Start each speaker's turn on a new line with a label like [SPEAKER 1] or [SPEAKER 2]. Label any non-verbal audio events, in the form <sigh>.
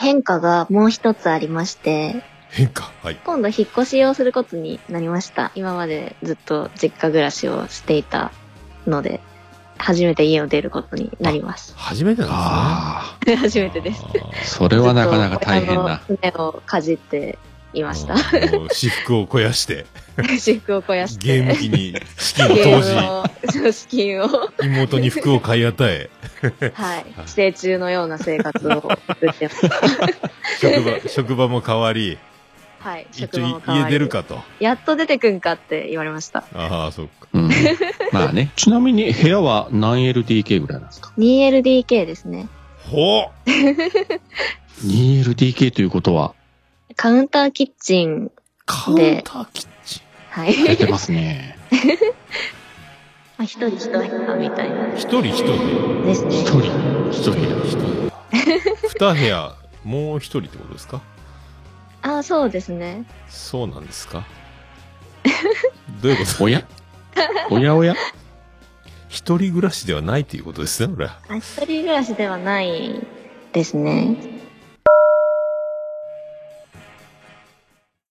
[SPEAKER 1] 変化がもう一つありまして、
[SPEAKER 2] 変化。はい。
[SPEAKER 1] 今度引っ越しをすることになりました。今までずっと実家暮らしをしていたので、初めて家を出ることになります。
[SPEAKER 2] 初めてなん
[SPEAKER 3] ああ、
[SPEAKER 2] です
[SPEAKER 1] 初
[SPEAKER 2] ね。
[SPEAKER 1] めてです。
[SPEAKER 2] す。
[SPEAKER 3] それはなかなか大変な。
[SPEAKER 1] ずっと親の胸をかじっていました。
[SPEAKER 2] あ
[SPEAKER 1] <laughs>
[SPEAKER 2] の。私服を肥やして、
[SPEAKER 1] 私服を肥やして。
[SPEAKER 2] ゲーム機に資金を
[SPEAKER 1] ゲ
[SPEAKER 2] 投
[SPEAKER 1] ー
[SPEAKER 2] じ、
[SPEAKER 1] ムを、そう資
[SPEAKER 2] <laughs>
[SPEAKER 1] 金を、は
[SPEAKER 2] 妹に服を買い与え、
[SPEAKER 1] い、寄生虫のような生活を送って
[SPEAKER 2] <laughs>
[SPEAKER 1] ます。<laughs>
[SPEAKER 2] 職場、職場も変わり、
[SPEAKER 1] はい、
[SPEAKER 2] 一
[SPEAKER 1] 職
[SPEAKER 2] 応
[SPEAKER 1] 場
[SPEAKER 2] い
[SPEAKER 1] も変わり
[SPEAKER 2] 家出るかと。
[SPEAKER 1] やっと出てくんかって言われました。
[SPEAKER 2] ああ、そっか。
[SPEAKER 1] <laughs>
[SPEAKER 3] うん。まあね。ちなみに部屋は何 LDK ぐらいなんですか
[SPEAKER 1] 2LDK ですね。
[SPEAKER 2] ほう
[SPEAKER 3] ?2LDK ということは、
[SPEAKER 1] カウンターキッチン、
[SPEAKER 2] カウンターキッチン。
[SPEAKER 1] はい。
[SPEAKER 3] 出てますね。
[SPEAKER 1] まあ、一人一部屋みたいな
[SPEAKER 2] 一人一人。
[SPEAKER 1] ですね
[SPEAKER 3] 一。人、一人。
[SPEAKER 2] 一人。二部屋、もう一人ってことですか
[SPEAKER 1] あ、そうですね。
[SPEAKER 2] そうなんで
[SPEAKER 1] <laughs>
[SPEAKER 2] すかどういうこと
[SPEAKER 3] おやおやおや
[SPEAKER 2] 一人暮らしではないということですね、俺。
[SPEAKER 1] あ一人暮らしではないですね。